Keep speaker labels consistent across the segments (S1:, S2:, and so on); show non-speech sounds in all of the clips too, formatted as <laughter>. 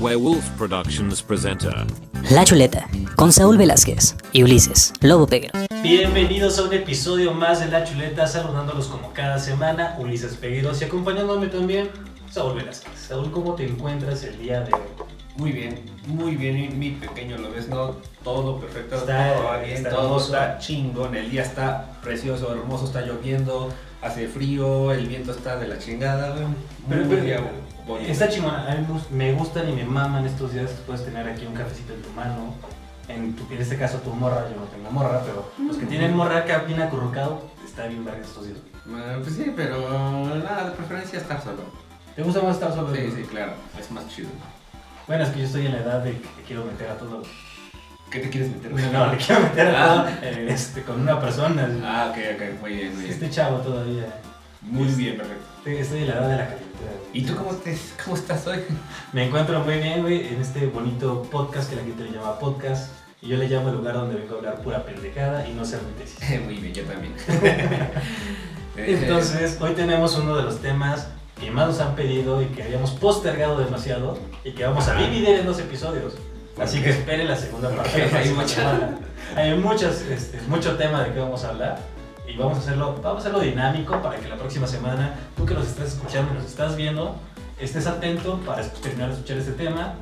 S1: Werewolf Productions presenter.
S2: La Chuleta, con Saúl Velázquez y Ulises Lobo Peguero.
S3: Bienvenidos a un episodio más de La Chuleta, saludándolos como cada semana, Ulises Pegueros y acompañándome también Saúl Velázquez. Saúl, ¿cómo te encuentras el día de hoy?
S4: Muy bien, muy bien, mi pequeño, lo ves, no todo perfecto,
S3: Está-
S4: todo va bien,
S3: está
S4: todo
S3: hermoso.
S4: está chingón, el día está precioso, hermoso, está lloviendo, hace frío, el viento está de la chingada, güey.
S3: Pero-
S4: Muy
S3: pero-
S4: día bonito.
S3: Está chingona, a mí me gust- me gustan y me maman estos días que puedes tener aquí un cafecito en tu mano, en, tu, en este caso tu morra, yo no tengo morra, pero los que tienen morra acá bien acurrucado, está bien verga estos días.
S4: Ah, Pues sí, pero nada, de preferencia estar solo.
S3: ¿Te gusta más estar solo?
S4: Sí, sí, claro, es más chido.
S3: Bueno, es que yo estoy en la edad de que te quiero meter a todo.
S4: ¿Qué te quieres <laughs> meter?
S3: <laughs> No, le quiero meter a todo
S4: Ah.
S3: eh, este, con una persona. así.
S4: Ah, ok, ok, muy bien, muy bien.
S3: Este chavo todavía.
S4: Muy bien, perfecto.
S3: Estoy- Estoy en la edad de la carretera. güey.
S4: ¿Y tú cómo, te, cómo estás hoy?
S3: Me encuentro muy bien, güey, en este bonito podcast que la gente le llama podcast. Y yo le llamo el lugar donde vengo a hablar pura pendejada y no ser mi tesis.
S4: <laughs> <laughs> muy bien, yo también. Eh,
S3: Eh, Entonces, hoy tenemos uno de los temas que más nos han pedido y que habíamos postergado demasiado y que vamos a dividir en dos episodios. Así que esperen la segunda parte. de la
S4: Hay
S3: próxima
S4: mucha-
S3: semana. Hay muchas, este, mucho tema de que vamos a hablar y vamos a hacerlo, vamos a hacerlo dinámico para que la próxima semana tú que nos estás escuchando, y nos estás viendo, estés atento para escu- terminar de escuchar este tema.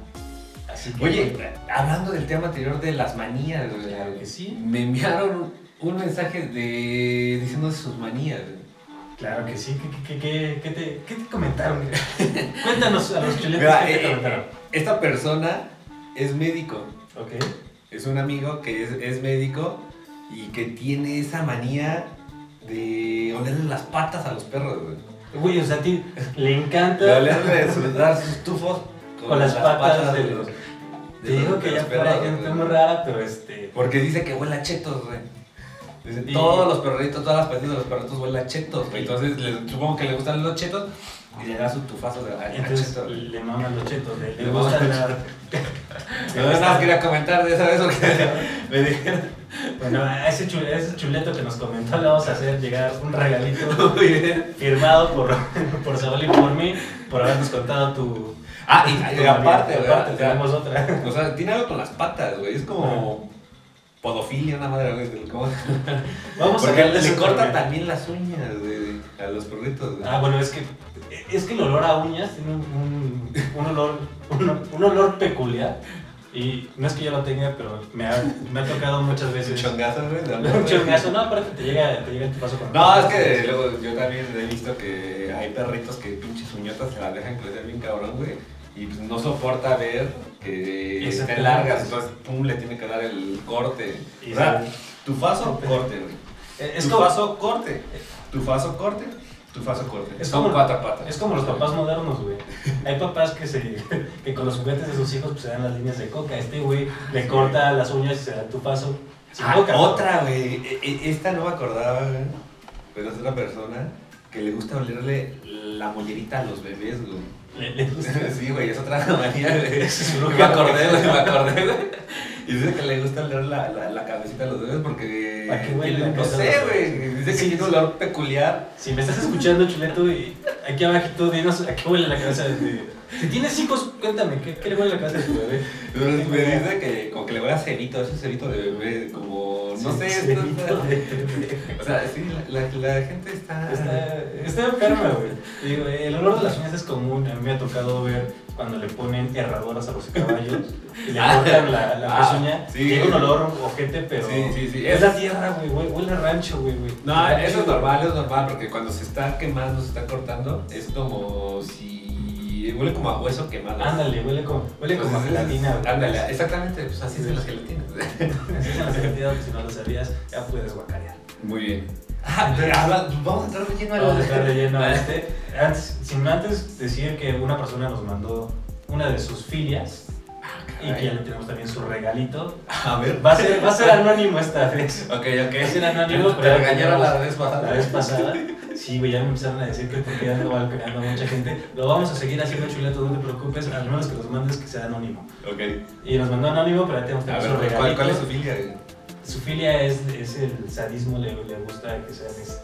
S3: Así que,
S4: Oye, hablando del tema anterior de las manías, güey,
S3: Claro que sí.
S4: me enviaron un mensaje de diciendo sus manías. güey.
S3: claro que sí. ¿Qué, qué- qué- qué- qué te, qué te
S4: <laughs>
S3: comentaron? Cuéntanos a los chuletes
S4: Mira,
S3: qué te
S4: eh,
S3: comentaron.
S4: Esta persona es médico,
S3: Ok.
S4: es un amigo que es, es médico y que tiene esa manía de olerle las patas a los perros, güey.
S3: Güey, o sea, a ti le
S4: De
S3: encanta.
S4: olerle sus, dar sus tufos
S3: Con las patas de los-
S4: de
S3: Te digo
S4: los-
S3: que
S4: de
S3: ya
S4: los
S3: fuera
S4: perros,
S3: gente
S4: güey.
S3: muy rara, pero este.
S4: Porque dice que huele a chetos, güey. Dice,
S3: Y-
S4: todos los perritos, todas las patitas de los perritos huelen a chetos, güey. Entonces, le- supongo que le gustan los chetos y le da su tufazo de a, a
S3: Entonces
S4: chetos. güey.
S3: le maman los chetos, le, le
S4: Le
S3: gusta
S4: maman los
S3: la.
S4: Pero nada más quería comentar de esa vez porque <laughs> me dijeron.
S3: Bueno, a ese, chul- a ese chuleto que nos comentó le vamos a hacer llegar un regalito
S4: <laughs> Muy bien.
S3: firmado por, <laughs> por Saúl y por mí, por habernos contado tu.
S4: Ah, y, y
S3: tu
S4: aparte,
S3: vida.
S4: güey.
S3: Aparte, tenemos otra. <laughs>
S4: O sea, tiene algo con las patas, güey. Es como podofilia, una madre, güey. ¿Cómo?
S3: Vamos
S4: Porque
S3: hablar de
S4: le
S3: eso
S4: cortan
S3: también.
S4: también las uñas, güey, a los perritos, güey.
S3: Ah, bueno, es que. Es que el olor a uñas tiene un, un, un olor, un, un olor peculiar. Y no es que yo lo tenga, pero me ha, me ha tocado muchas
S4: Es un
S3: veces.
S4: chongazo, güey. de
S3: Un <laughs>
S4: hablar.
S3: chongazo, no, aparte te llega, te llega en tu paso con
S4: No, es que luego yo también he visto que hay perritos que pinches uñotas se las dejan crecer bien cabrón, güey. Y pues no soporta ver que
S3: Exacto.
S4: estén largas, entonces pum, le tiene que dar el corte.
S3: pues, Y
S4: o sea,
S3: sí. pues,
S4: tu faso, corte, güey.
S3: Eh, Es
S4: tu
S3: como,
S4: faso, corte. Tu faso, corte. Tu faso, corte.
S3: Es
S4: Son
S3: como-
S4: cuatro patas.
S3: es como los papás modernos, güey. Hay papás que, se, que con los juguetes de sus hijos pues, se dan las líneas de coca. Este güey le corta las uñas y se da tu paso sin
S4: Ah,
S3: coca.
S4: otra, güey. E- e- Esta no me acordaba, güey. Pero es otra persona que le gusta olerle la mollerita a los bebés, güey.
S3: Le- le gusta.
S4: <laughs> Sí, güey, es otra manía, güey.
S3: Es bruja.
S4: Me acordé, güey, me acordé, güey. <laughs> Y dice que le gusta leer la, la, la cabecita a los bebés porque...
S3: ¿A Ah, qué huele
S4: tienen-
S3: la
S4: No
S3: cabeza
S4: sé,
S3: de los
S4: güey. Dice que tiene un olor peculiar.
S3: Si me estás escuchando, Chuleto, y aquí abajito dinos a qué huele la cabeza de tu- Si tienes hijos, cuéntame, ¿qué, qué le huele la cabeza de tu bebé?
S4: Entonces me dice que como que le huele a cerito, ese cerito de bebé, como... No sé,
S3: Sí,
S4: esto-
S3: sí. <laughs>
S4: O sea, sí, la, la, la gente está...
S3: Está, está enferma, güey. Digo, El olor de las uñas es común. A mí me ha tocado ver cuando le ponen herradoras a los caballos y le
S4: Ah,
S3: cortan la, la
S4: ah,
S3: pezuña.
S4: sí.
S3: Tiene un olor ojete, pero.
S4: Sí, sí, sí.
S3: Es la tierra, güey. hue- Huele a rancho, güey, güey.
S4: No, eso es normal, es normal, porque cuando se está quemando, se está cortando, es como si... Huele como a hueso quemado.
S3: Ándale, huele como, huele como a
S4: Entonces,
S3: gelatina, güey.
S4: Ándale, exactamente, pues así es de las gelatinas. <laughs>
S3: Así se las sentía, si no lo sabías, ya puedes guacarear.
S4: Muy bien. Ah, pero habla- vamos a entrar de lleno a
S3: Vamos a entrar de lleno a
S4: a-
S3: este. <laughs> Antes, sin antes decir que una persona nos mandó una de sus filias y que ya le tenemos también su regalito.
S4: <laughs> A ver.
S3: Va a ser, va a ser anónimo esta vez.
S4: Ok,
S3: Va a
S4: ok.
S3: ser anónimo.
S4: Te
S3: pero
S4: regañaron la vez
S3: la
S4: pasada.
S3: vez pasada. Sí, güey, ya me empezaron a decir que estoy quedando balconeando a mucha gente. Lo vamos a seguir haciendo, chuleto, no te preocupes. Al menos que nos mandes que sea anónimo.
S4: Ok.
S3: Y nos mandó anónimo, pero ya tenemos
S4: A
S3: también su
S4: ver,
S3: regalito.
S4: ¿cuál, cuál es su filia?
S3: Su filia es, es el sadismo, le, le gusta que sean este,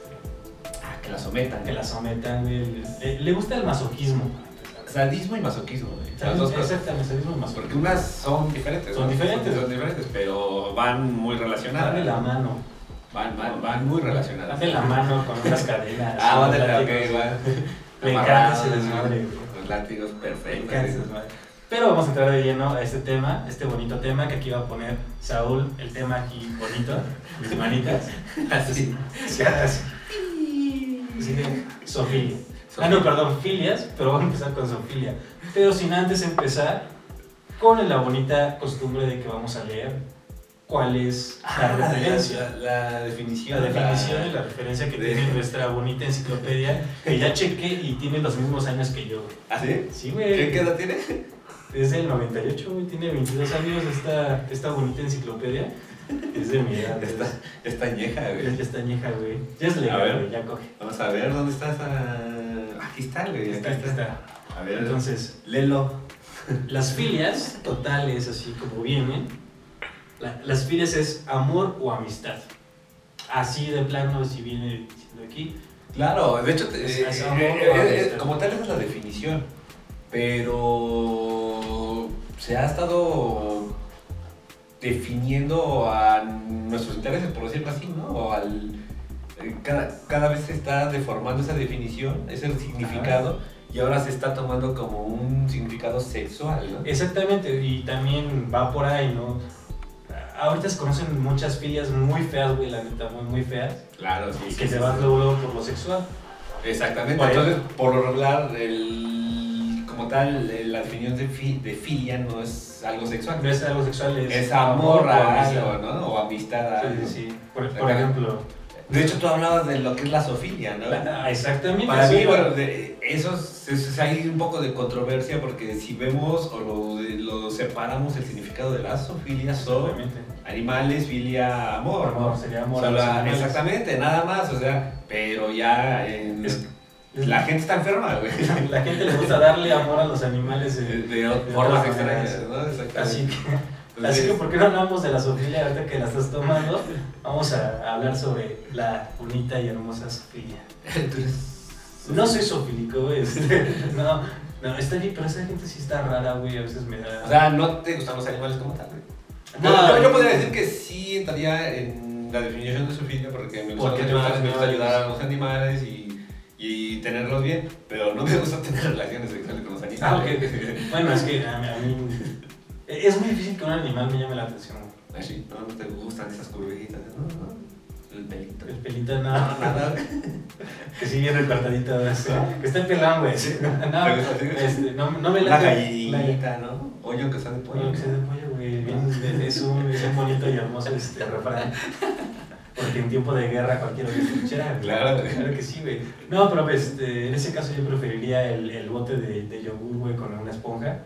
S4: Ah, que la sometan.
S3: que la sometan, güey. Le, le gusta el masoquismo. para empezar.
S4: sadismo y masoquismo, güey. Las dos cosas.
S3: Exactamente, sadismo y masoquismo.
S4: Porque unas son diferentes.
S3: Son
S4: ¿no?
S3: diferentes.
S4: Son diferentes, pero van muy relacionadas.
S3: Dale la mano.
S4: Van, van, van muy relacionadas.
S3: Dale la mano con unas cadenas.
S4: Ah,
S3: con
S4: vale,
S3: látigos. <laughs>
S4: ok, igual.
S3: Me encanta ese
S4: Amarrados,
S3: desmadre,
S4: ¿no?
S3: güey.
S4: Los látigos
S3: Me
S4: perfectos.
S3: encanta ese desmadre. Pero vamos a entrar de lleno a este tema, este bonito tema que aquí va a poner Saúl, el tema aquí bonito, mis manitas.
S4: <laughs> Así.
S3: Sí, así. Así de zoofilia. Ah, no, perdón, filias, pero vamos a empezar con zoofilia. Pero sin antes empezar con la bonita costumbre de que vamos a leer cuál es la
S4: Ah, La
S3: referencia.
S4: definición. La definición.
S3: La definición y la referencia que
S4: de-
S3: tiene nuestra bonita enciclopedia, que ya chequé y tiene los mismos años que yo. güey.
S4: ¿Ah, sí?
S3: Sí,
S4: ¿Qué
S3: güey.
S4: qué edad tiene?
S3: Es del 98, güey. Tiene 22 años esta, esta bonita enciclopedia. Es de mi edad. güey.
S4: Está, está añeja,
S3: Ya
S4: güey.
S3: está añeja, güey. Ya es
S4: A ver.
S3: legal, güey. Ya coge.
S4: Vamos a ver dónde está esa. Aquí está, güey.
S3: Está,
S4: aquí
S3: está.
S4: A ver, entonces.
S3: Entonces,
S4: Lelo.
S3: las filias totales, así como vienen, la- las filias es amor o amistad. Así de plano, si viene diciendo aquí.
S4: Claro, de hecho, te-
S3: Es-
S4: eh,
S3: es amor
S4: eh,
S3: o
S4: eh,
S3: amistad.
S4: como tal esa es la definición. Pero se ha estado definiendo a nuestros intereses, por decirlo así, ¿no? O al, eh, cada, cada vez se está deformando esa definición, ese significado, y ahora se está tomando como un significado sexual, ¿no?
S3: Exactamente, y también va por ahí, ¿no? Ahorita se conocen muchas filias muy feas, güey, la neta, muy, muy feas.
S4: Claro, sí.
S3: Y
S4: sí,
S3: que
S4: sí,
S3: se van
S4: sí.
S3: luego, luego por lo sexual.
S4: Exactamente.
S3: Por ahí.
S4: Entonces, por lo regular, el, como tal, eh, la definición de, fi- de filia no es algo sexual.
S3: No es algo sexual, es,
S4: es amor a algo,
S3: amistad.
S4: ¿no? O amistad a algo.
S3: Sí, sí, sí. Por, por
S4: Exactamente.
S3: ejemplo.
S4: De hecho, tú hablabas de lo que es la sofilia, ¿no?
S3: la- exactamente.
S4: Para
S3: sí,
S4: mí, bueno, de- eso, es, eso es- hay un poco de controversia porque si vemos o lo, lo separamos el significado de la sofilia son
S3: Exactamente.
S4: animales, filia, amor, ¿no?
S3: Amor, sería amor.
S4: O sea,
S3: a los
S4: la-
S3: animales.
S4: exactamente, nada más, o sea, pero ya en-
S3: Es-
S4: la gente está enferma, güey.
S3: La gente le gusta darle amor a los animales de,
S4: <laughs> De, de
S3: de
S4: formas
S3: otras
S4: extrañas,
S3: maneras.
S4: ¿no? Exactamente.
S3: Así que,
S4: Entonces,
S3: así que, ¿por qué no hablamos de la Sofía ahorita que la estás tomando? Vamos a hablar sobre la bonita y hermosa Sofía.
S4: tú eres-
S3: No soy sofílico, güey. este, <laughs> no, no, está bien, pero esa gente sí está rara, güey. A veces me da.
S4: O sea, no te gustan los animales como tal, güey.
S3: No,
S4: yo, yo podría decir que sí entraría en la definición de Sofía porque me gusta
S3: Porque
S4: los
S3: te
S4: animales, me gusta
S3: gustan los
S4: ayudar a los animales y, y tenerlos bien, pero no me gusta <laughs> tener relaciones sexuales con los animales.
S3: Ah, ok, ok. <laughs> Bueno, es que a mí, a mí- eh, Es muy difícil que un animal me llame la atención. güey.
S4: <laughs> Así, no, no te gustan esas curvitas, no, no, el pelito.
S3: El pelito, no.
S4: No, nada,
S3: <laughs>
S4: güey.
S3: Que sí, bien recortadito. este,
S4: Ah.
S3: Que está pelón, güey. sí. <laughs> No,
S4: ¿Te gusta así?
S3: este, no, no me
S4: La
S3: late.
S4: gallinita, ¿no? Hoyo que sea de
S3: Pollo
S4: pollo.
S3: que sea Ah, de pollo, güey. bien, es, un, es un bonito y hermoso
S4: <laughs>
S3: este, refrán. Porque en tiempo de guerra cualquiera lo escuchara. güey.
S4: Claro, güey.
S3: claro que sí, güey. No, pero pues, este, en ese caso yo preferiría el, el bote de, de yogur, güey, con una
S4: <laughs>
S3: esponja.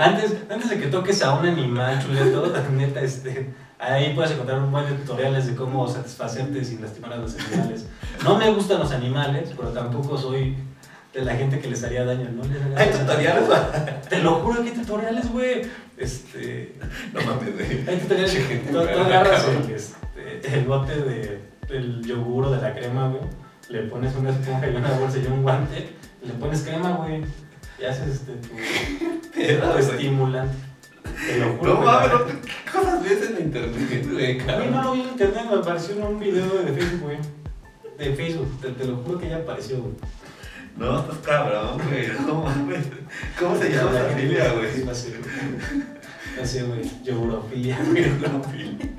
S3: antes, antes de que toques a un animal, chuleto, neta, este, ahí puedes encontrar un buen de tutoriales de cómo satisfacerte sin lastimar a los animales. No me gustan los animales, pero tampoco soy de la gente que les haría daño. No les haría
S4: Hay
S3: daño.
S4: tutoriales, güey.
S3: Te lo juro que hay tutoriales, güey. Este.
S4: <laughs> No mames, güey.
S3: Hay tutoriales.
S4: Che, gente
S3: Tú, tú
S4: enferma,
S3: agarras
S4: cabrón.
S3: el, este, el bote de, del yogur o de la crema, güey. Le pones una esponja y una bolsa y un guante. Le pones crema, güey. Y haces este,
S4: <laughs>
S3: tu,
S4: Pero,
S3: tu
S4: güey.
S3: estimulante. Te lo juro.
S4: No
S3: güey.
S4: mames, no te- ¿qué cosas ves en la internet, güey,
S3: A mí
S4: cabrón?
S3: no lo vi en internet, me apareció en un video de Facebook, güey. De Facebook, te, te lo juro que ya apareció, güey.
S4: No, estás cabrón, güey. No mames. ¿Cómo se llama esa filia, güey?
S3: No sé, güey. No sé, güey. Yogurofilia, güey. <laughs>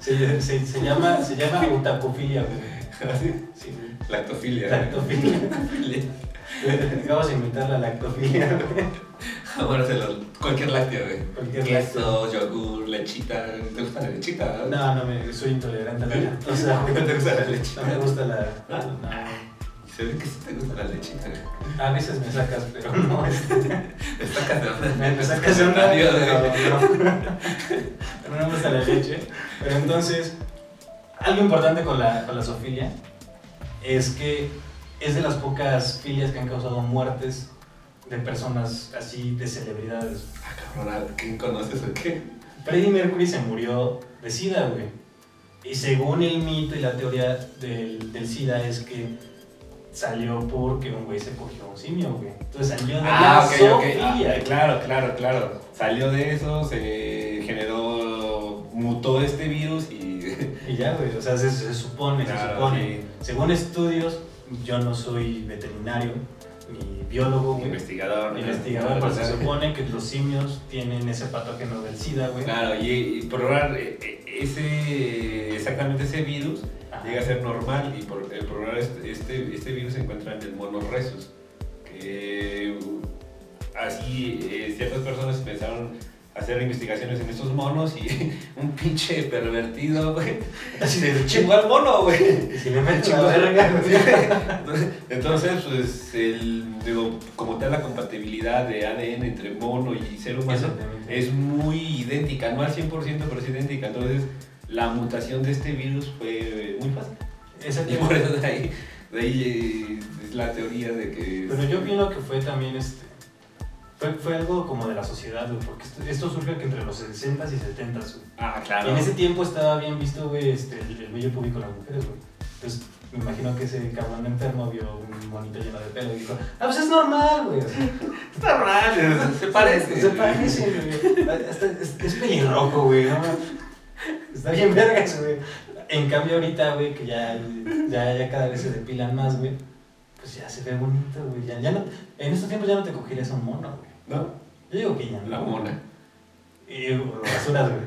S3: Se, se, se llama, se llama otakufilia, güey.
S4: Así,
S3: Sí, güey.
S4: Lactofilia.
S3: Lactofilia.
S4: Lactofilia.
S3: Acabas de inventar la lactofilia, güey.
S4: Ahora Ah, se lo. Cualquier lácteo, güey.
S3: Cualquier
S4: Queso, yogur, lechita. ¿Te gusta la lechita?
S3: No, no, me, soy intolerante a la lactosa. güey.
S4: Ah. ¿No te gusta la leche?
S3: No me gusta la...
S4: ¿Ah?
S3: no, güey.
S4: Se ve que sí te gusta la lechita, güey.
S3: A veces me sacas, pero no. este,
S4: Está cabrón.
S3: Me, me
S4: <laughs>
S3: sacas de onda,
S4: Adiós,
S3: pero
S4: güey.
S3: <laughs> no. No me gusta la leche. Pero entonces, algo importante con la, con la zoofilia es que es de las pocas filias que han causado muertes de personas así, de celebridades.
S4: Ah, cabrón, ¿a ¿quién conoces o qué?
S3: Freddie Mercury se murió de SIDA, güey. Y según el mito y la teoría del, del SIDA es que salió porque un güey se cogió a un simio, güey. Entonces salió de
S4: Ah, ok,
S3: la
S4: ok. Ah,
S3: zoofilia.
S4: claro, claro, claro. Salió de eso, se generó, mutó este virus y... <laughs>
S3: Y ya, güey, o sea, se, se supone, se
S4: Claro,
S3: supone.
S4: sí.
S3: Según estudios, yo no soy veterinario ni biólogo, güey,
S4: Investigador. ¿no? Pues,
S3: investigador, pero se
S4: Claro.
S3: supone que los simios tienen ese patógeno del SIDA, güey.
S4: Claro, y, y probar eh, eh, ese, exactamente ese virus
S3: Ajá.
S4: llega a ser normal y por, el probar este, este, este virus se encuentra en el mono rhesus. Que uh, así eh, ciertas personas empezaron a hacer investigaciones en estos monos y <laughs> un pinche pervertido, güey, se chingó al mono, güey.
S3: Si le meto la
S4: Chingó.
S3: verga,
S4: <laughs>
S3: güey.
S4: Entonces, pues, el, digo, como tal, la compatibilidad de ADN entre mono y ser humano
S3: Exactamente.
S4: es muy idéntica, no al 100%, pero es idéntica. Entonces, la mutación de este virus fue muy fácil. Y por
S3: Exactamente.
S4: eso de ahí, de ahí eh, es la teoría de que.
S3: Pero yo opino que fue también este. Fue, fue algo como de la sociedad, güey, porque esto, esto surge que entre los 60s y 70s, güey.
S4: Ah, claro.
S3: En ese tiempo estaba bien visto, güey, este, el, el vello público de las mujeres, güey. Entonces, me imagino que ese cabrón enfermo vio un monito lleno de pelo y dijo, ah, pues es normal, güey. o sea,
S4: Está raro, se parece.
S3: Se parece, güey. Hasta- Es, es pelirrojo, güey, ¿no? Está bien vergas, güey. En cambio, ahorita, güey, que ya, ya, ya cada vez se depilan más, güey, pues ya se ve bonito, güey. Ya, ya no, en estos tiempos ya no te cogerías a un mono, güey.
S4: ¿No?
S3: Yo digo que ya no.
S4: La mona.
S3: Y o rasuras, güey.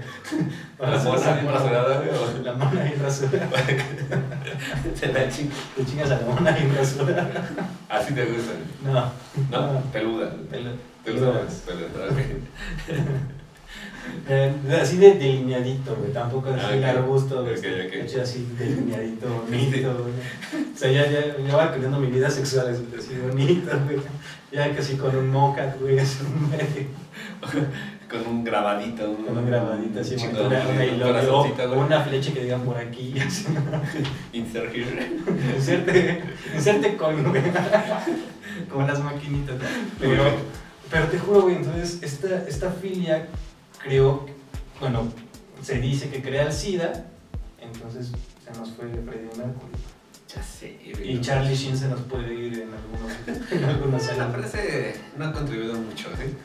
S3: O
S4: La mona
S3: sí,
S4: bien
S3: o-
S4: rasurada, güey, o-
S3: La mona bien rasurada.
S4: Se la chinga.
S3: Te chingas a la mona bien rasurada.
S4: Así te gusta.
S3: No. Ah.
S4: ¿No? Peluda.
S3: Pelo-
S4: Peluda.
S3: peludas.
S4: Peluda, ok.
S3: Eh, así de delineadito, güey. Tampoco así
S4: Ah,
S3: el
S4: ok.
S3: arbusto, güey.
S4: Ok, ok.
S3: Hecho así
S4: <laughs>
S3: delineadito, bonito, güey. O sea, ya, ya, ya va creando mi vida sexual así, así bonito, güey. Ya casi con un moca, güey, así un medio.
S4: Con un grabadito.
S3: Con un grabadito así,
S4: chingo,
S3: una, una,
S4: un
S3: y luego
S4: corazoncito, güey.
S3: una flecha que digan por aquí, así.
S4: Insert here.
S3: <laughs> Inserte, inserte coin, <laughs> güey. Como las maquinitas. ¿no? Pero, pero te juro, güey, entonces esta, esta filia creó, bueno, se dice que crea el SIDA, entonces se nos fue Freddie Mercury.
S4: Ya sé.
S3: Y Charlie Sheen se nos puede ir en algunos, en algunos
S4: <laughs> La
S3: años.
S4: frase no ha contribuido mucho, ¿sí?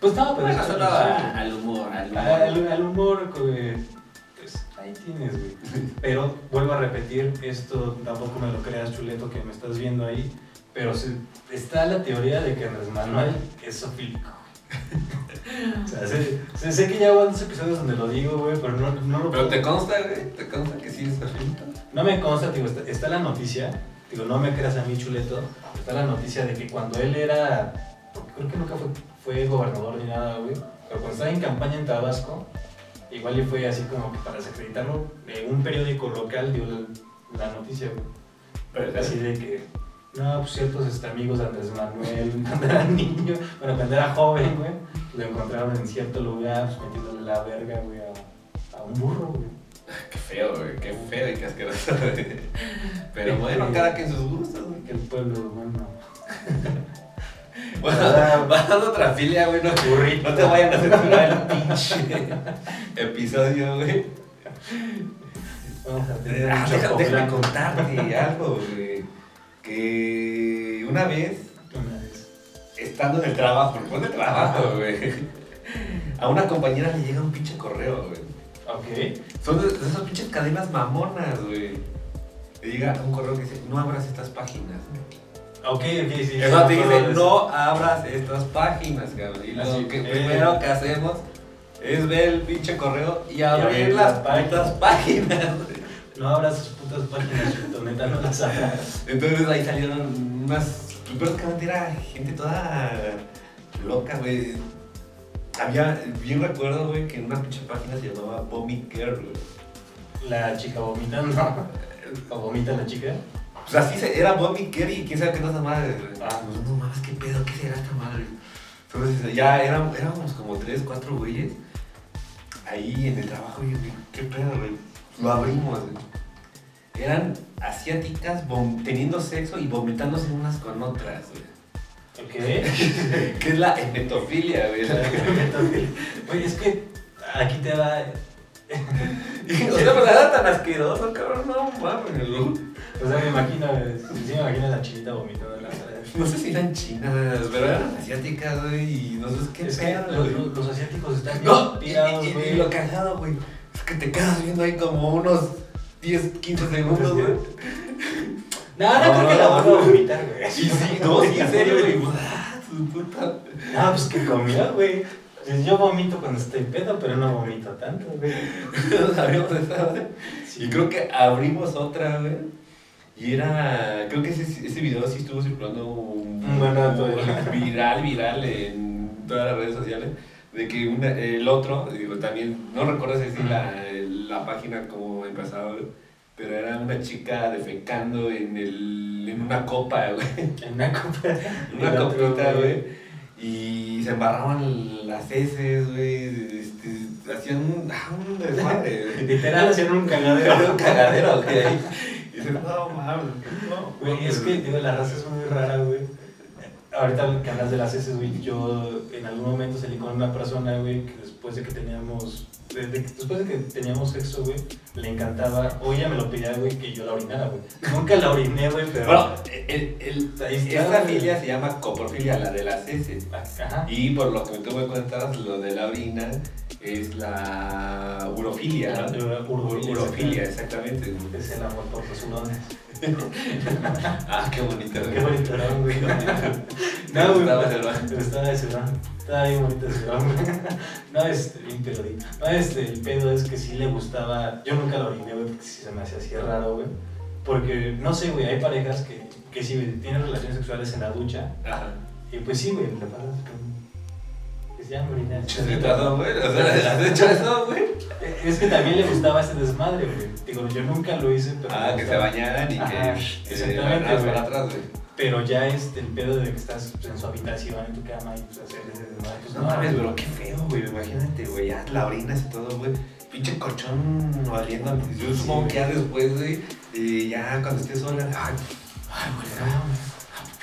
S3: Pues no, pero
S4: Bueno,
S3: es
S4: solo
S3: Charlie
S4: a-
S3: Sheen.
S4: al humor, al humor.
S3: Al, al humor, güey. Pues ahí tienes, güey. <laughs> Pero vuelvo a repetir, esto tampoco me lo creas, chuleto, que me estás viendo ahí. Pero sí, está la teoría de que Andrés Manuel es sofílico. güey. <laughs> o sea, sé, sé- sé que ya hubo dos episodios donde lo digo, güey, pero no, no lo
S4: Pero te consta, güey, te consta que sí es afilito.
S3: No me consta, digo, está, está la noticia, digo, no me creas a mí, chuleto, está la noticia de que cuando él era, porque creo que nunca fue, fue gobernador ni nada, güey, pero cuando estaba en campaña en Tabasco, igual y fue así como que para desacreditarlo, eh, un periódico local dio la, la noticia, güey. Pero así de que, no, pues ciertos este, amigos de Andrés Manuel, <laughs> cuando era niño, bueno, cuando era joven, güey, lo encontraron en cierto lugar, pues, metiéndole la verga, güey, a, a un burro, güey.
S4: Qué feo, güey, qué feo y qué asqueroso. güey. Pero bueno,
S3: Sí.
S4: cada quien sus gustos, güey.
S3: El pueblo, bueno.
S4: Bueno, <laughs>
S3: Ah.
S4: vas dando otra filia, güey, no,
S3: Burrito.
S4: no te vayan a censurar el pinche
S3: <laughs>
S4: episodio, güey.
S3: Vamos a tener
S4: Ah,
S3: mucho
S4: deja- déjame
S3: poblano.
S4: contarte algo, güey. Que una vez
S3: Una vez.
S4: estando en el trabajo, ¿por de trabajo, güey? A una compañera le llega un pinche correo, güey.
S3: Ok.
S4: Son de, de esas pinches cadenas mamonas, güey. Le llega un correo que dice, no abras estas páginas, güey.
S3: Ok, ok, sí.
S4: Eso te
S3: sí,
S4: dice,
S3: sí.
S4: no abras estas páginas, cabrón. Y lo
S3: Así,
S4: que
S3: eh.
S4: primero que hacemos es ver el pinche correo y abrir
S3: abrir
S4: las
S3: las páginas.
S4: putas páginas, güey.
S3: No abras sus putas páginas, chuto, neta, no las abras.
S4: Entonces ahí salieron unas. Prácticamente era gente toda loca, güey. Había, bien recuerdo, güey, que una pinche página se llamaba Vomit Girl, güey.
S3: La chica vomitando. ¿O vomita la chica?
S4: Pues así se, era Vomit Girl y quién sabe qué tantas madres, güey.
S3: Ah.
S4: Pues, no mames, qué pedo, qué será esta madre. Entonces ya éramos, éramos como tres, cuatro güeyes ahí en el trabajo, y yo, qué pedo, güey. Lo abrimos, güey. Eran asiáticas vom- teniendo sexo y vomitándose unas con otras, güey.
S3: Ok.
S4: ¿Qué es la
S3: <laughs>
S4: hemetofilia, güey?
S3: Oye, es que aquí te va.
S4: pues, o sea, pero era tan asqueroso, cabrón, no mames.
S3: O sea, me imagino, eh, sí me imagino la chinita vomitando en la sala.
S4: No sé si eran chinas, pero eran asiáticas, güey, y no sé qué
S3: Es que
S4: pedo,
S3: los,
S4: güey.
S3: los- los asiáticos están
S4: No,
S3: bien
S4: y,
S3: pirados,
S4: y- y
S3: güey.
S4: lo cagado, güey, es que te quedas viendo ahí como unos 10, 15 segundos, güey.
S3: No, no creo que la van a vomitar, güey.
S4: Y sí, no, sí, en serio, güey. Ah, su puta.
S3: <laughs> Ah, pues que comía, güey. Pues Yo vomito cuando estoy pedo, pero no vomito tanto, güey.
S4: No sabíamos esa, güey. <laughs> Y creo que abrimos otra, güey. Y era. Creo que ese, ese video sí estuvo circulando un,
S3: Un buen rato,
S4: un-
S3: güey.
S4: <laughs> viral, viral en todas las redes sociales. De que una- el otro, digo, también, no recuerdo si sí la, la página como empezaba, güey, pero era una chica defecando en, el, en una copa, <laughs> güey.
S3: En una copa.
S4: En <laughs> una
S3: El otro,
S4: copita, güey. Y se embarraban las heces, güey. este, hacían un, ah, un desmadre,
S3: <laughs>
S4: güey.
S3: Literal, hacían un
S4: Era <laughs> un
S3: cagadero.
S4: cagadero, güey. Y dices, no mames, no,
S3: Güey, es que, digo, la raza es muy rara, güey. Ahorita que hablas de las heces, güey, yo en algún momento salí con una persona, güey, que después de que teníamos, de- de- después de que teníamos sexo, güey, le encantaba, o ella me lo pedía, güey, que yo la orinara, güey. Nunca la oriné, güey, pero...
S4: Bueno, el, el,
S3: Ahí está,
S4: esta
S3: güey.
S4: filia se llama coprofilia, la de las heces.
S3: Ajá.
S4: Y por lo que tú me cuentas, lo de la orina es la urofilia,
S3: La-
S4: ¿no?
S3: la urofilia,
S4: Urofilia, exactamente.
S3: Es el amor por los
S4: <laughs>
S3: hurones.
S4: Ah, qué bonito.
S3: Qué bonito era, güey. <laughs> No,
S4: No, güey.
S3: güey.
S4: Estaba observando.
S3: Pero estaba de Sudán. Estaba bien bonito de Sudán, güey. <laughs> No, este, bien peludito. No, este, el pedo es que sí le gustaba. Yo nunca lo oriné, güey, porque sí se me hacía así raro, güey. Porque, no sé, güey, hay parejas que, que sí, güey, tienen relaciones sexuales en la ducha.
S4: Ajá.
S3: Y pues sí, güey, le pasas con. Que se llama orinar.
S4: Chuletazo, güey. O sea, ¿has hecho eso, güey?
S3: Es que también le gustaba ese desmadre, güey. Digo, yo nunca lo hice, pero.
S4: Ah,
S3: me
S4: que se
S3: gustaba.
S4: bañaran y
S3: Ajá,
S4: que.
S3: exactamente,
S4: Exactamente.
S3: güey.
S4: para atrás, güey.
S3: Pero ya este, el pedo de que estás pues, en su habitación, en tu cama y pues hacer ese desmadre, pues
S4: No mames, bro, qué feo, güey. Imagínate, güey, ya la orinas y todo, güey. Pinche colchón valiendo. Yo
S3: Sí,
S4: supongo
S3: güey.
S4: que ya después, güey, eh, ya cuando estés sola, ay, ay, güey, ah,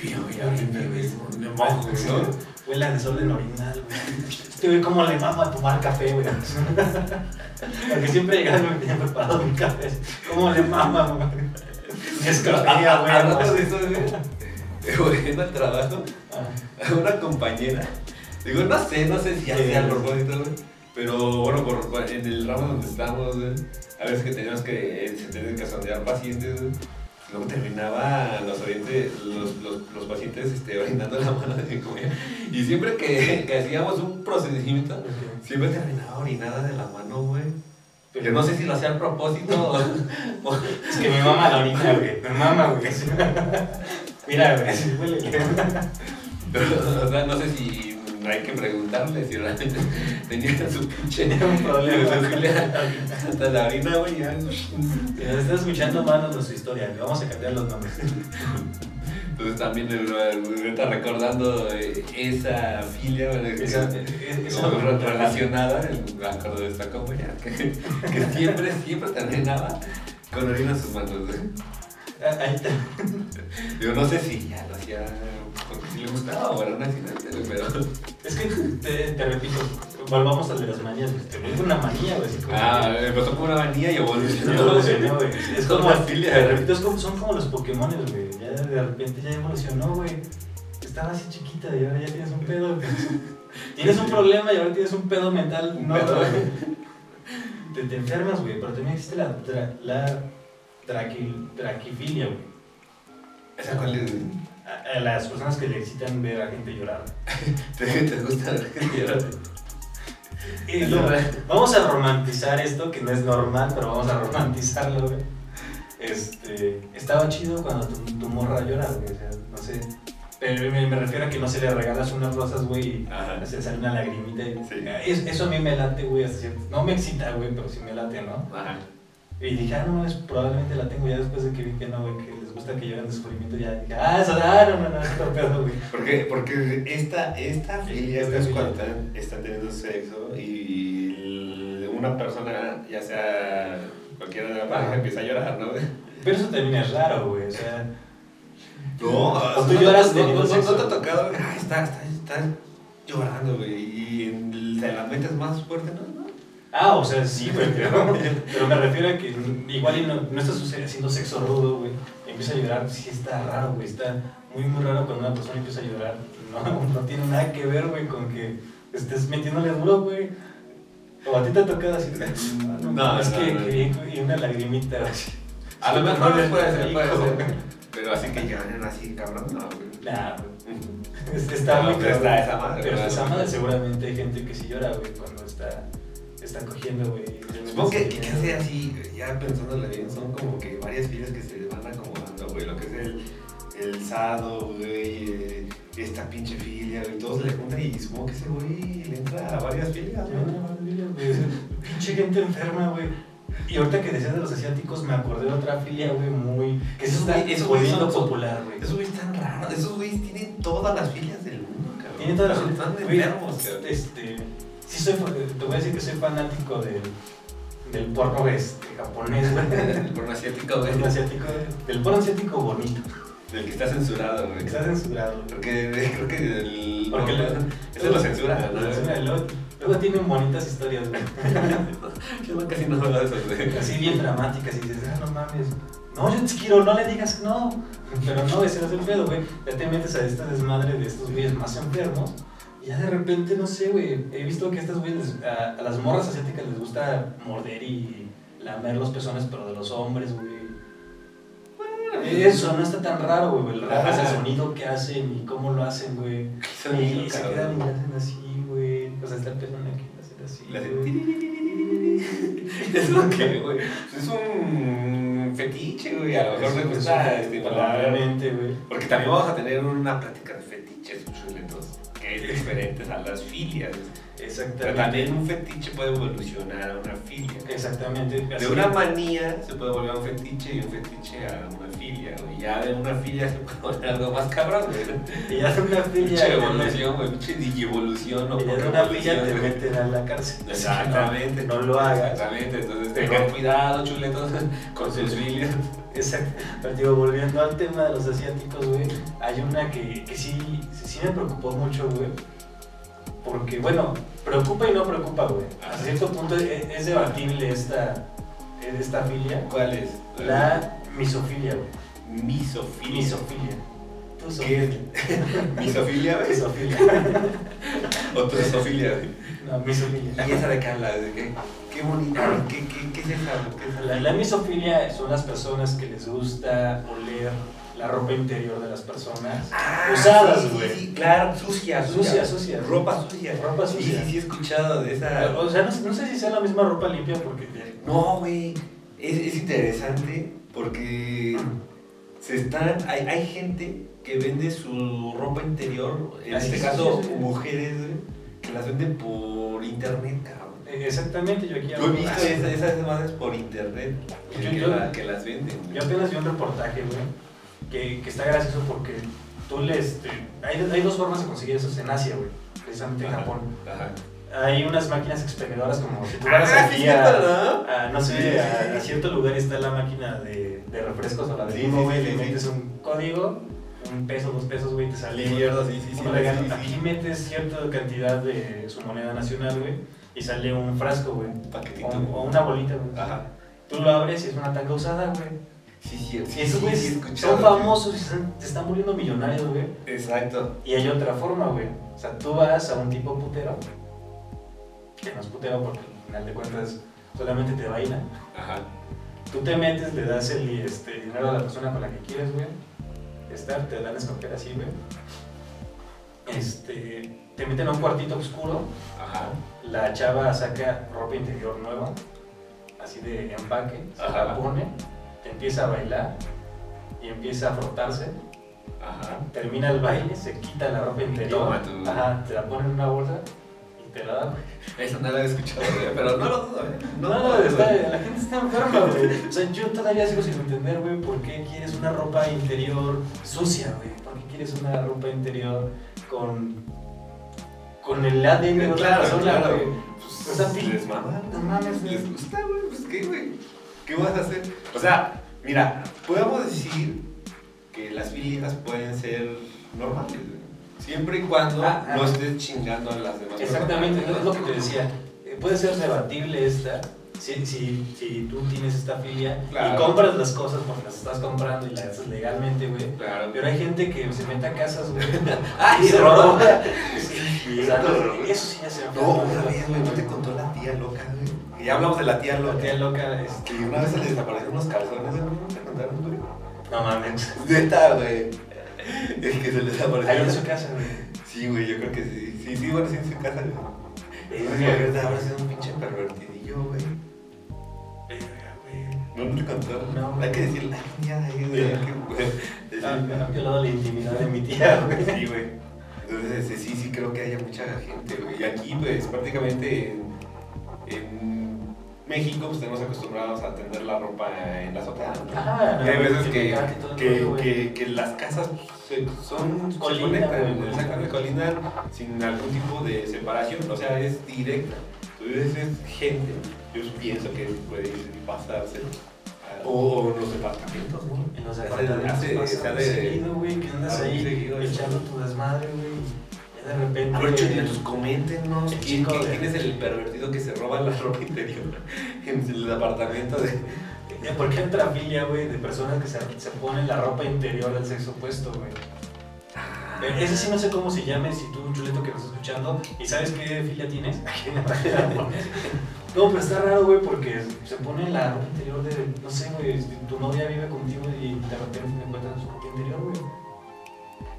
S4: pío, güey, ahorita, güey, me mojo, güey, ¿no?
S3: Huele a desorden orinal, güey. Este güey, cómo le mama tomar café, güey. Porque siempre llegas, güey, tenía preparado mi café. Cómo le mama, güey. Es que
S4: Ah,
S3: güey.
S4: Hablando
S3: no
S4: de
S3: sé.
S4: eso, <laughs> güey, volviendo al trabajo,
S3: Ah,
S4: a <laughs> una compañera, digo, no sé, no sé si ya sea al propósito, güey, pero bueno, por- por- en el ramo donde estamos, güey, a veces que teníamos que, eh, se tenían que sondear pacientes, güey, luego terminaba los, oriente- los, los, los pacientes este, orinando la mano de mi comida, y siempre que, que hacíamos un procedimiento,
S3: ok.
S4: siempre terminaba orinada de la mano, güey.
S3: Pero-
S4: Yo no sé si lo hacía al
S3: <laughs>
S4: propósito o- <laughs> o
S3: Es que me mama la orina, güey. Me mama, güey. Mira, güey, así huele.
S4: Pero, o sea, no sé si hay que preguntarle si realmente <laughs> tenía su pinche
S3: Tenía un
S4: <laughs>
S3: problema.
S4: su filia Hasta la harina, güey, ya. Entonces
S3: Si nos está escuchando, mándanos su historia. Le vamos a cambiar los nombres.
S4: también el- el- está recordando eh, esa filia, güey, que-
S3: Esa-
S4: como
S3: esa-
S4: relacionada, el- me acuerdo de esta compañera, que, que siempre, siempre terminaba con orina en sus manos. güey.
S3: Ah, Ahí está.
S4: Yo no sé si ya lo hacía porque si le gustaba o era un accidente, güey, pero...
S3: Es que te, te repito, volvamos al de las manías, güey. Te vuelve una manía, güey. así como-
S4: Ah, empezó como una manía y
S3: No,
S4: <laughs> evolucionó.
S3: evolucionó, güey. Es como,
S4: Una filia.
S3: te repito, es como, son como los Pokémon, güey. Ya de repente ya evolucionó, güey. Estaba así chiquita y ahora ya tienes un pedo. güey. Tienes un problema y ahora tienes un pedo mental.
S4: Un
S3: No,
S4: pedo.
S3: güey. Te, te enfermas, güey. Pero también existe la, tra- la traqui- traquifilia, güey.
S4: ¿Esa cuál es? güey?
S3: A, a las personas que le excitan ver a gente llorar.
S4: ¿Te, te gusta ver que llora?
S3: Y lo- vamos a romantizar esto, que no es normal, pero vamos a romantizarlo, güey. Este, estaba chido cuando tu, tu morra llora, güey, o sea, no sé. Pero me, me refiero a que no se le regalas unas rosas, güey, y
S4: <laughs> Ajá.
S3: se sale una lagrimita. y-
S4: Sí.
S3: Es- eso a mí me late, güey, hasta cierto- No me excita, güey, pero sí me late, ¿no?
S4: Ajá.
S3: Y dije, ah, no, es, probablemente la tengo ya después de que vi que no, güey, que les gusta que lloren de sufrimiento. Ya dije, ah, eso, ah, no, no, no, es otro pedo, güey.
S4: Porque, porque esta, esta filia
S3: Esta
S4: es
S3: filia.
S4: cuando están, están teniendo sexo y l- una persona, ya sea cualquiera de la pareja,
S3: Ajá.
S4: empieza a llorar, ¿no?
S3: Pero eso también es raro, güey, o sea.
S4: <laughs> No,
S3: tú lloras
S4: no,
S3: teniendo
S4: no, no,
S3: sexo.
S4: te ha tocado, ah, está, está, está llorando, güey, y en- se la metes más fuerte, ¿no?
S3: Ah, o sea, sí, güey, pero, pero me refiero a que igual y no, no estás haciendo sexo rudo, güey. En empieza a llorar, sí está raro, güey. Está muy, muy raro cuando una persona empieza a llorar. No, <laughs> no tiene nada que ver, güey, con que estés metiéndole duro, güey. O a ti te ha tocado así. No,
S4: No,
S3: es
S4: no,
S3: que,
S4: no.
S3: que- y una lagrimita. así.
S4: A lo
S3: <laughs>
S4: mejor
S3: Hijo.
S4: puede ser, puede ser. Pero así que lloran así, cabrón, no, güey.
S3: Nah, Es- Está
S4: No,
S3: muy
S4: pero
S3: cabrón.
S4: está esa madre,
S3: Pero
S4: ¿verdad?
S3: esa madre seguramente hay gente que sí llora, güey, cuando está, está cogiendo, güey.
S4: Supongo que, que, que sea así, ya pensándole bien, son como que varias filas que se van acomodando, güey, lo que es el, el sado, güey, eh, esta pinche filia, güey, todos le juntan y supongo que ese güey le entra a varias filias, ¿no?
S3: <laughs> Pinche gente enferma, güey. Y ahorita que decías de los asiáticos, me acordé de otra filia, güey, muy. Que se
S4: Esos
S3: está
S4: güey- esos güeyes
S3: volviendo
S4: son-
S3: popular, güey.
S4: Esos güeyes están raros, esos güeyes tienen todas las filias del mundo, cabrón.
S3: Tiene todas las.
S4: Están
S3: güey,
S4: enfermos, cabrón.
S3: Este. Sí, soy. eh, Te voy a decir que soy fanático del. Del porno este, japonés, güey.
S4: <laughs>
S3: <laughs>
S4: El porno asiático, güey,
S3: Del asiático, del porno asiático bonito,
S4: del que está censurado, güey.
S3: que está censurado. güey.
S4: Porque creo que el...
S3: Porque
S4: no,
S3: le-
S4: ese lo censura, ¿no?
S3: Lo censura, y luego- Luego tienen bonitas historias,
S4: <laughs>
S3: güey.
S4: Yo casi no veo eso, güey.
S3: Así bien dramáticas y dices, ah, no mames. No, yo te quiero, no le digas que no. Pero no, ese no es el pedo, güey. Ya te metes a este desmadre de estos güeyes más enfermos. Y ya de repente, no sé, güey. He visto que a estas güeyes, les- a, a las morras asiáticas les gusta morder y lamer los pezones, pero de los hombres, güey. Eso no está tan raro, güey. El raro es el sonido que hacen y cómo lo hacen, güey.
S4: Sonido,
S3: Y se
S4: cabrón.
S3: quedan y hacen así, güey. O sea, está el pezón aquí, hacen así.
S4: Le hace
S3: güey.
S4: tiri. Es lo que, güey. Es un <laughs> fetiche, güey. A lo mejor me gusta este, para-
S3: Probablemente, güey.
S4: Porque también vamos a tener una plática de fetiches, chuletos, que es diferente a las filias. Pero
S3: Exactamente.
S4: también un fetiche puede evolucionar a una filia.
S3: Exactamente. así.
S4: De una manía se puede volver a un fetiche y un fetiche a una filia, güey. Ya de una filia se puede volver algo más cabrón, güey.
S3: Y ya de una fila.
S4: Pinche evolución, güey. Pinche
S3: Y
S4: digievolución.
S3: ya de
S4: por
S3: una fila te
S4: evolución, güey.
S3: meten a la cárcel.
S4: Exactamente.
S3: No, no lo hagas.
S4: Exactamente, entonces tengan cuidado, chuletos, <laughs> con sus filias.
S3: Exacto. Pero digo, volviendo al tema de los asiáticos, güey, hay una que, que sí, sí me preocupó mucho, güey. Porque, bueno, preocupa y no preocupa, güey. A cierto punto es, es debatible esta, esta filia.
S4: ¿Cuál es?
S3: La misofilia, güey.
S4: misofilia.
S3: Misofilia. Tú
S4: ¿Qué
S3: <laughs>
S4: es? ¿Misofilia, güey?
S3: Misofilia.
S4: ¿O tu sofilia, güey?
S3: No, misofilia.
S4: <laughs> ¿Y esa de qué habla? ¿De qué? Qué bonita, güey. ¿Qué, qué, qué es esa? güey? ¿Qué es esa?
S3: La, la misofilia son las personas que les gusta oler la ropa interior de las personas.
S4: Ah,
S3: Usadas,
S4: sí, sí,
S3: güey.
S4: sí, claro, sucia,
S3: Sucia, sucia.
S4: Ropa sucia.
S3: Ropa sucia.
S4: Sí, sí, sí, he escuchado de esa.
S3: O sea, no, no sé si sea la misma ropa limpia porque...
S4: No, güey. Es, es interesante porque se están. Hay, hay gente que vende su ropa interior, en
S3: Así
S4: este
S3: es,
S4: caso
S3: sí, sí.
S4: mujeres, güey, que las venden por internet, cabrón.
S3: Eh, Exactamente, yo aquí...
S4: Yo he visto esa- esas demás por internet güey,
S3: Yo-
S4: que,
S3: yo-
S4: la- que las venden. güey.
S3: Yo apenas vi un reportaje, güey, que, que está gracioso porque tú le... este, hay, hay dos formas de conseguir eso en Asia, güey, precisamente en
S4: Ajá,
S3: Japón.
S4: Ajá.
S3: Hay unas máquinas expendedoras como si tú fueras
S4: Ah, sí,
S3: aquí
S4: es
S3: a-
S4: cierto, ¿no?
S3: Ah, no sé,
S4: Sí, sí,
S3: a,
S4: sí.
S3: a cierto lugar está la máquina de, de refrescos o la de
S4: Sí,
S3: Bimbo,
S4: sí,
S3: güey,
S4: sí,
S3: le
S4: sí, sí.
S3: metes un código, un peso, dos pesos, güey, te sale
S4: Sí, mierda, sí, sí, sí,
S3: un
S4: sí,
S3: regalo.
S4: sí,
S3: Aquí
S4: sí.
S3: metes cierta cantidad de su moneda nacional, güey, y sale un frasco, güey,
S4: Un
S3: o,
S4: paquetito.
S3: o una bolita, güey.
S4: Ajá.
S3: Tú lo abres y es una tanga usada, güey.
S4: Sí, sí, sí.
S3: Y esos
S4: sí,
S3: güeyes
S4: sí, he
S3: son
S4: escuchado,
S3: famosos y están- se están muriendo millonarios, güey.
S4: güey. Exacto.
S3: Y hay otra forma, güey. O sea, tú vas a un tipo putero, que no es putero porque al final de cuentas solamente te vaina.
S4: Ajá.
S3: Tú te metes, le das el este, dinero a la persona con la que quieres, güey. Estar, te dan a escoger así, güey. Este, te meten a un cuartito oscuro.
S4: Ajá.
S3: La chava saca ropa interior nueva, así de empaque, se la
S4: Ajá.
S3: pone, te empieza a bailar y empieza a frotarse.
S4: Ajá.
S3: Termina el baile, se quita la ropa interior.
S4: Toma tú.
S3: Ajá, te la pone en una bolsa y te la da, güey.
S4: Eso no lo he escuchado, güey, pero no lo dudo, ¿eh?
S3: No,
S4: lo
S3: no,
S4: dudo.
S3: está- la gente está enferma, güey. O sea, yo todavía sigo sin entender, güey, por qué quieres una ropa interior sucia, güey. ¿Por qué quieres una ropa interior con, con el ADN de otra
S4: Claro,
S3: persona,
S4: claro.
S3: güey?
S4: Pues,
S3: O sea, pin-
S4: les mama.
S3: No mames, güey.
S4: Les gusta, güey. Pues qué, güey. ¿Qué vas a hacer? O sea, mira, podemos decir que las filias pueden ser normales, güey. Siempre y cuando
S3: Ah, ah.
S4: no estés chingando a las demás personas.
S3: Exactamente, es lo que te decía. Eh, Puede ser debatible esta, si, si, si tú tienes esta filia y
S4: Claro.
S3: compras las cosas porque las estás comprando y las haces legalmente, güey.
S4: Claro,
S3: Pero hay gente que se mete a casas, güey.
S4: <laughs> ¡Ay,
S3: y se
S4: se
S3: roba.
S4: robó!
S3: <laughs> Sí, o sea, no, eso sí ya se me
S4: No, una vez, güey, no te contó la tía loca, güey. Ya hablamos de la tía
S3: La
S4: loca.
S3: tía loca, este.
S4: Que una vez se le desaparecieron unos calzones, güey. ¿No te contaron, güey?
S3: No mames.
S4: <laughs> Neta, güey. El que se le
S3: Ahí en
S4: desaparecieron.
S3: su casa, güey.
S4: Sí, güey, yo creo que sí. Sí, sí, bueno, sí, en su casa, güey. Es que
S3: Verga,
S4: habrá sido un pinche pervertidillo, güey.
S3: verga, güey.
S4: No, no te contó.
S3: No, güey.
S4: Hay que decirle, ay, mía, ahí, güey.
S3: Sí.
S4: Qué güey.
S3: Ah, me han violado la intimidad de mi tía, güey.
S4: Sí, güey. Entonces, este, sí, sí creo que haya mucha gente, güey. Y aquí, pues, prácticamente en, en México, pues, tenemos acostumbrados a tender la ropa en la azotea. ¿no?
S3: Ah,
S4: Y hay veces
S3: que
S4: que,
S3: me cante todo el
S4: que,
S3: rollo, güey.
S4: que- que las casas pues, se- son se
S3: Colinan,
S4: conectan,
S3: güey.
S4: exactamente, colinan sin algún tipo de separación, o sea, es directa. Entonces es gente, yo pienso que puede pasarse. a- O en los departamentos, ¿no?
S3: En los
S4: Hace-
S3: departamentos
S4: hace-
S3: pasa
S4: se ha
S3: muy
S4: de-
S3: seguido, güey, que andas
S4: Ah, muy
S3: ahí
S4: seguido,
S3: echando tu desmadre, güey. y Ya de repente.
S4: Aprovechen
S3: güey,
S4: de tus coméntenos
S3: El
S4: quién,
S3: chico
S4: quién-
S3: de-
S4: quién es el pervertido que se roba la ropa interior <laughs> en el apartamento de...
S3: Eh, ¿Por qué entra filia, güey, de personas que se, se ponen la ropa interior del sexo opuesto, güey? Eh, Ese sí no sé cómo se llame, si tú, chuleto, que nos estás escuchando, y sabes qué filia tienes, <laughs> aquí en la página pones. <laughs> No, pero está raro, güey, porque se pone la ropa interior de, no sé, güey, si tu novia vive contigo y de repente encuentran su ropa interior, güey.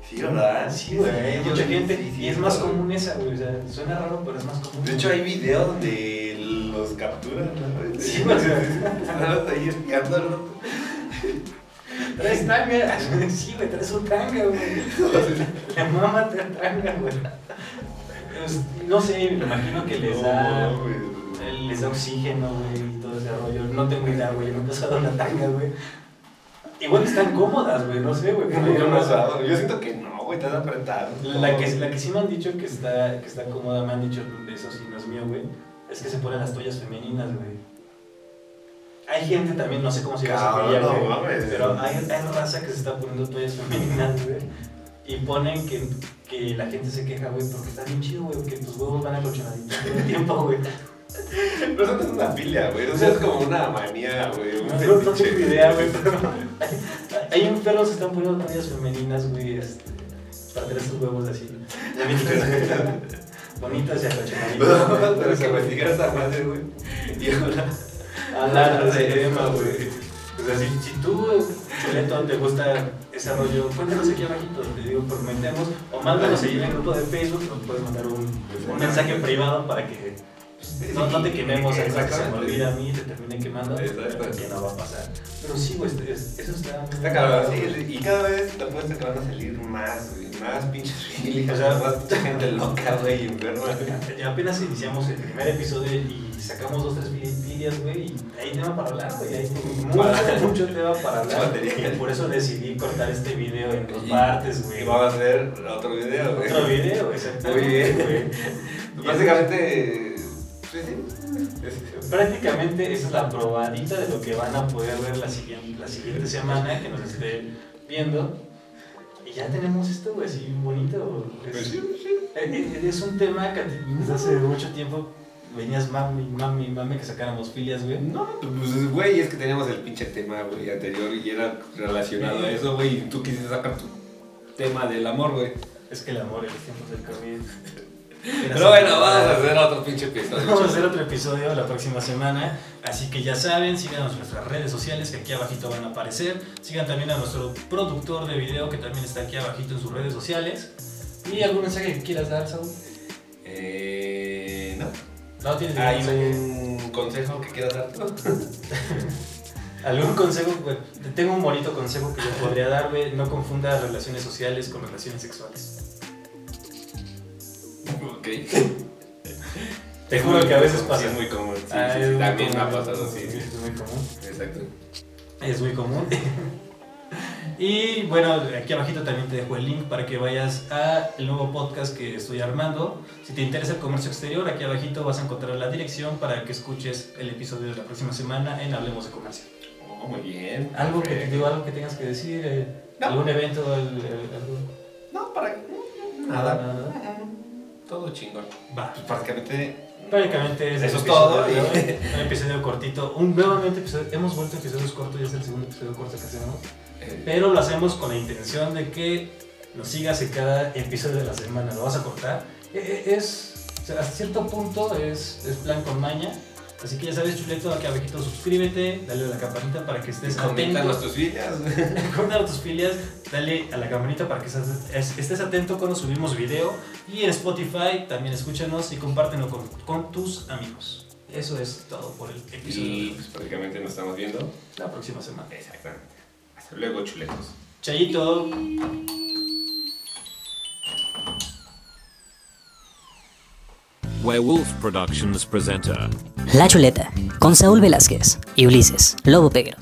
S4: Sí, ¿verdad?
S3: Sí, güey, hay mucha gente,
S4: sí, sí,
S3: y es más
S4: güey.
S3: común esa, güey, o sea, suena raro, pero es más común.
S4: De hecho, hay videos donde los capturan, ¿no?
S3: Sí, güey.
S4: Están ahí espiándolos.
S3: Traes tanga, <laughs> sí, güey, traes un tanga, güey. La mamá te tanga, güey. Pues, No sé, me imagino que les da,
S4: No, güey.
S3: les da oxígeno, güey, y todo ese rollo. No tengo idea, güey, nunca he usado una tanga, güey. Igual están cómodas, güey, no sé, güey. pero
S4: Yo no he usado. Yo siento que no, güey, estás apretado.
S3: La que, la que sí me han dicho que está, que está cómoda, me han dicho, eso sí no es mío, güey, es que se ponen las toallas femeninas, güey. Hay gente también, no sé cómo se llama
S4: Cabrón,
S3: esa
S4: no
S3: güey,
S4: mames.
S3: pero hay, hay raza que se está poniendo toallas femeninas, güey, y ponen que, que la gente se queja, güey, porque está bien chido, güey, que tus huevos van acolchonaditos todo el tiempo, güey.
S4: Pero eso no es una filia, güey. Eso es como una manía, güey. un
S3: No, no
S4: fetiche.
S3: tengo idea,
S4: <laughs>
S3: güey, pero <laughs> hay- hay enfermos que están poniendo toallas femeninas, güey, este, para tener sus huevos así. Bonitas y acolchonaditas.
S4: Pero que me digas esa madre, güey. Y ahora.
S3: Hablar de tema, güey. O sea, si, si tú, Chuleto, te gusta ese rollo, cuéntanos aquí abajito, te digo, prometemos, o mándanos ahí en el grupo de Facebook, nos puedes mandar un, un mensaje privado para que no, no te quememos, que se me olvida a mí y te termine quemando,
S4: Exacto.
S3: que no va a pasar. Pero sí, güey, este- es- eso está...
S4: Está cabrón, sí. Y cada vez te apuesto que van a salir más, güey. Más pinches filias.
S3: O sea,
S4: más pinche gente loca, güey, enferma.
S3: Ya apenas iniciamos el primer episodio y sacamos dos, tres videos, güey, y hay tema para hablar, güey, hay mucho, mucho tema para hablar.
S4: Material.
S3: Y por eso decidí cortar este video en dos partes,
S4: Y
S3: güey.
S4: vamos a hacer otro video, güey.
S3: Otro video, exactamente.
S4: Muy bien.
S3: güey.
S4: Básicamente. Sí, sí. Es-
S3: Prácticamente esa es la probadita de lo que van a poder ver la siguiente, la siguiente semana que nos esté viendo. Y ya tenemos esto, güey, así bonito. Es-
S4: Pues sí, sí.
S3: Eh, eh, Es un tema que a ti desde hace mucho tiempo venías mami, mami, mami que sacáramos filias, güey.
S4: No, pues güey, es que teníamos el pinche tema, güey, anterior y era relacionado a eso, güey, y tú quisiste sacar tu tema del amor, güey.
S3: Es que el amor en los tiempos del COVID. era
S4: Pero bueno,
S3: sagrado.
S4: vamos a hacer otro pinche
S3: <laughs> Vamos a
S4: episodio.
S3: hacer otro episodio la próxima semana. Así que ya saben, síganos en nuestras redes sociales que aquí abajito van a aparecer. Sigan también a nuestro productor de video que también está aquí abajito en sus redes sociales. ¿Y algún mensaje que quieras dar, Saúl?
S4: Eh, no.
S3: No tienes ningún
S4: ¿Hay
S3: mensaje.
S4: un consejo que quieras dar tú?
S3: ¿Algún consejo? güey? Te Tengo un bonito consejo que yo podría dar, güey. No confundas relaciones sociales con relaciones sexuales.
S4: <laughs> Ok.
S3: Te juro que a veces
S4: Sí,
S3: pasa.
S4: es muy común. Sí, sí,
S3: Ah,
S4: sí,
S3: es muy
S4: también me
S3: común.
S4: ha pasado, sí, sí.
S3: Es muy común.
S4: Exacto.
S3: Es muy común. <laughs> y bueno, aquí abajito también te dejo el link para que vayas a el nuevo podcast que estoy armando. Si te interesa el comercio exterior, aquí abajito vas a encontrar la dirección para que escuches el episodio de la próxima semana en Hablemos de Comercio.
S4: Oh, muy bien.
S3: Algo que
S4: Perfecto.
S3: digo, algo que tengas que decir, eh,
S4: No.
S3: algún evento, al- al- algo.
S4: No, para.
S3: Nada,
S4: Nada.
S3: nada.
S4: Todo chingón. Pues,
S3: Va.
S4: Prácticamente
S3: Prácticamente es
S4: Eso es
S3: el
S4: todo,
S3: episodio
S4: y-
S3: de hoy. Un episodio cortito. Un nuevamente episodio. Hemos vuelto a episodios cortos, ya es el segundo episodio corto que hacemos.
S4: Eh,
S3: Pero lo hacemos con la intención de que nos sigas en cada episodio de la semana. Lo vas a cortar. E- e- Es, o sea, hasta cierto punto es, es plan con maña. Así que ya sabes, chuleto, aquí abajito suscríbete, dale a la campanita para que estés
S4: Comenta
S3: atento. <laughs>
S4: nuestros videos.
S3: Recuerda tus filias, dale a la campanita para que estés, es- estés atento cuando subimos video. Y en Spotify también escúchanos y compártelo con, con tus amigos. Eso es todo por el episodio.
S4: Y
S3: de hoy.
S4: pues prácticamente nos estamos viendo.
S3: La próxima semana.
S4: Exactamente. Hasta luego, chuletos.
S3: Chayito.
S1: Werewolf Productions presenter.
S2: La Chuleta, con Saúl Velázquez y Ulises Lobo Peguero.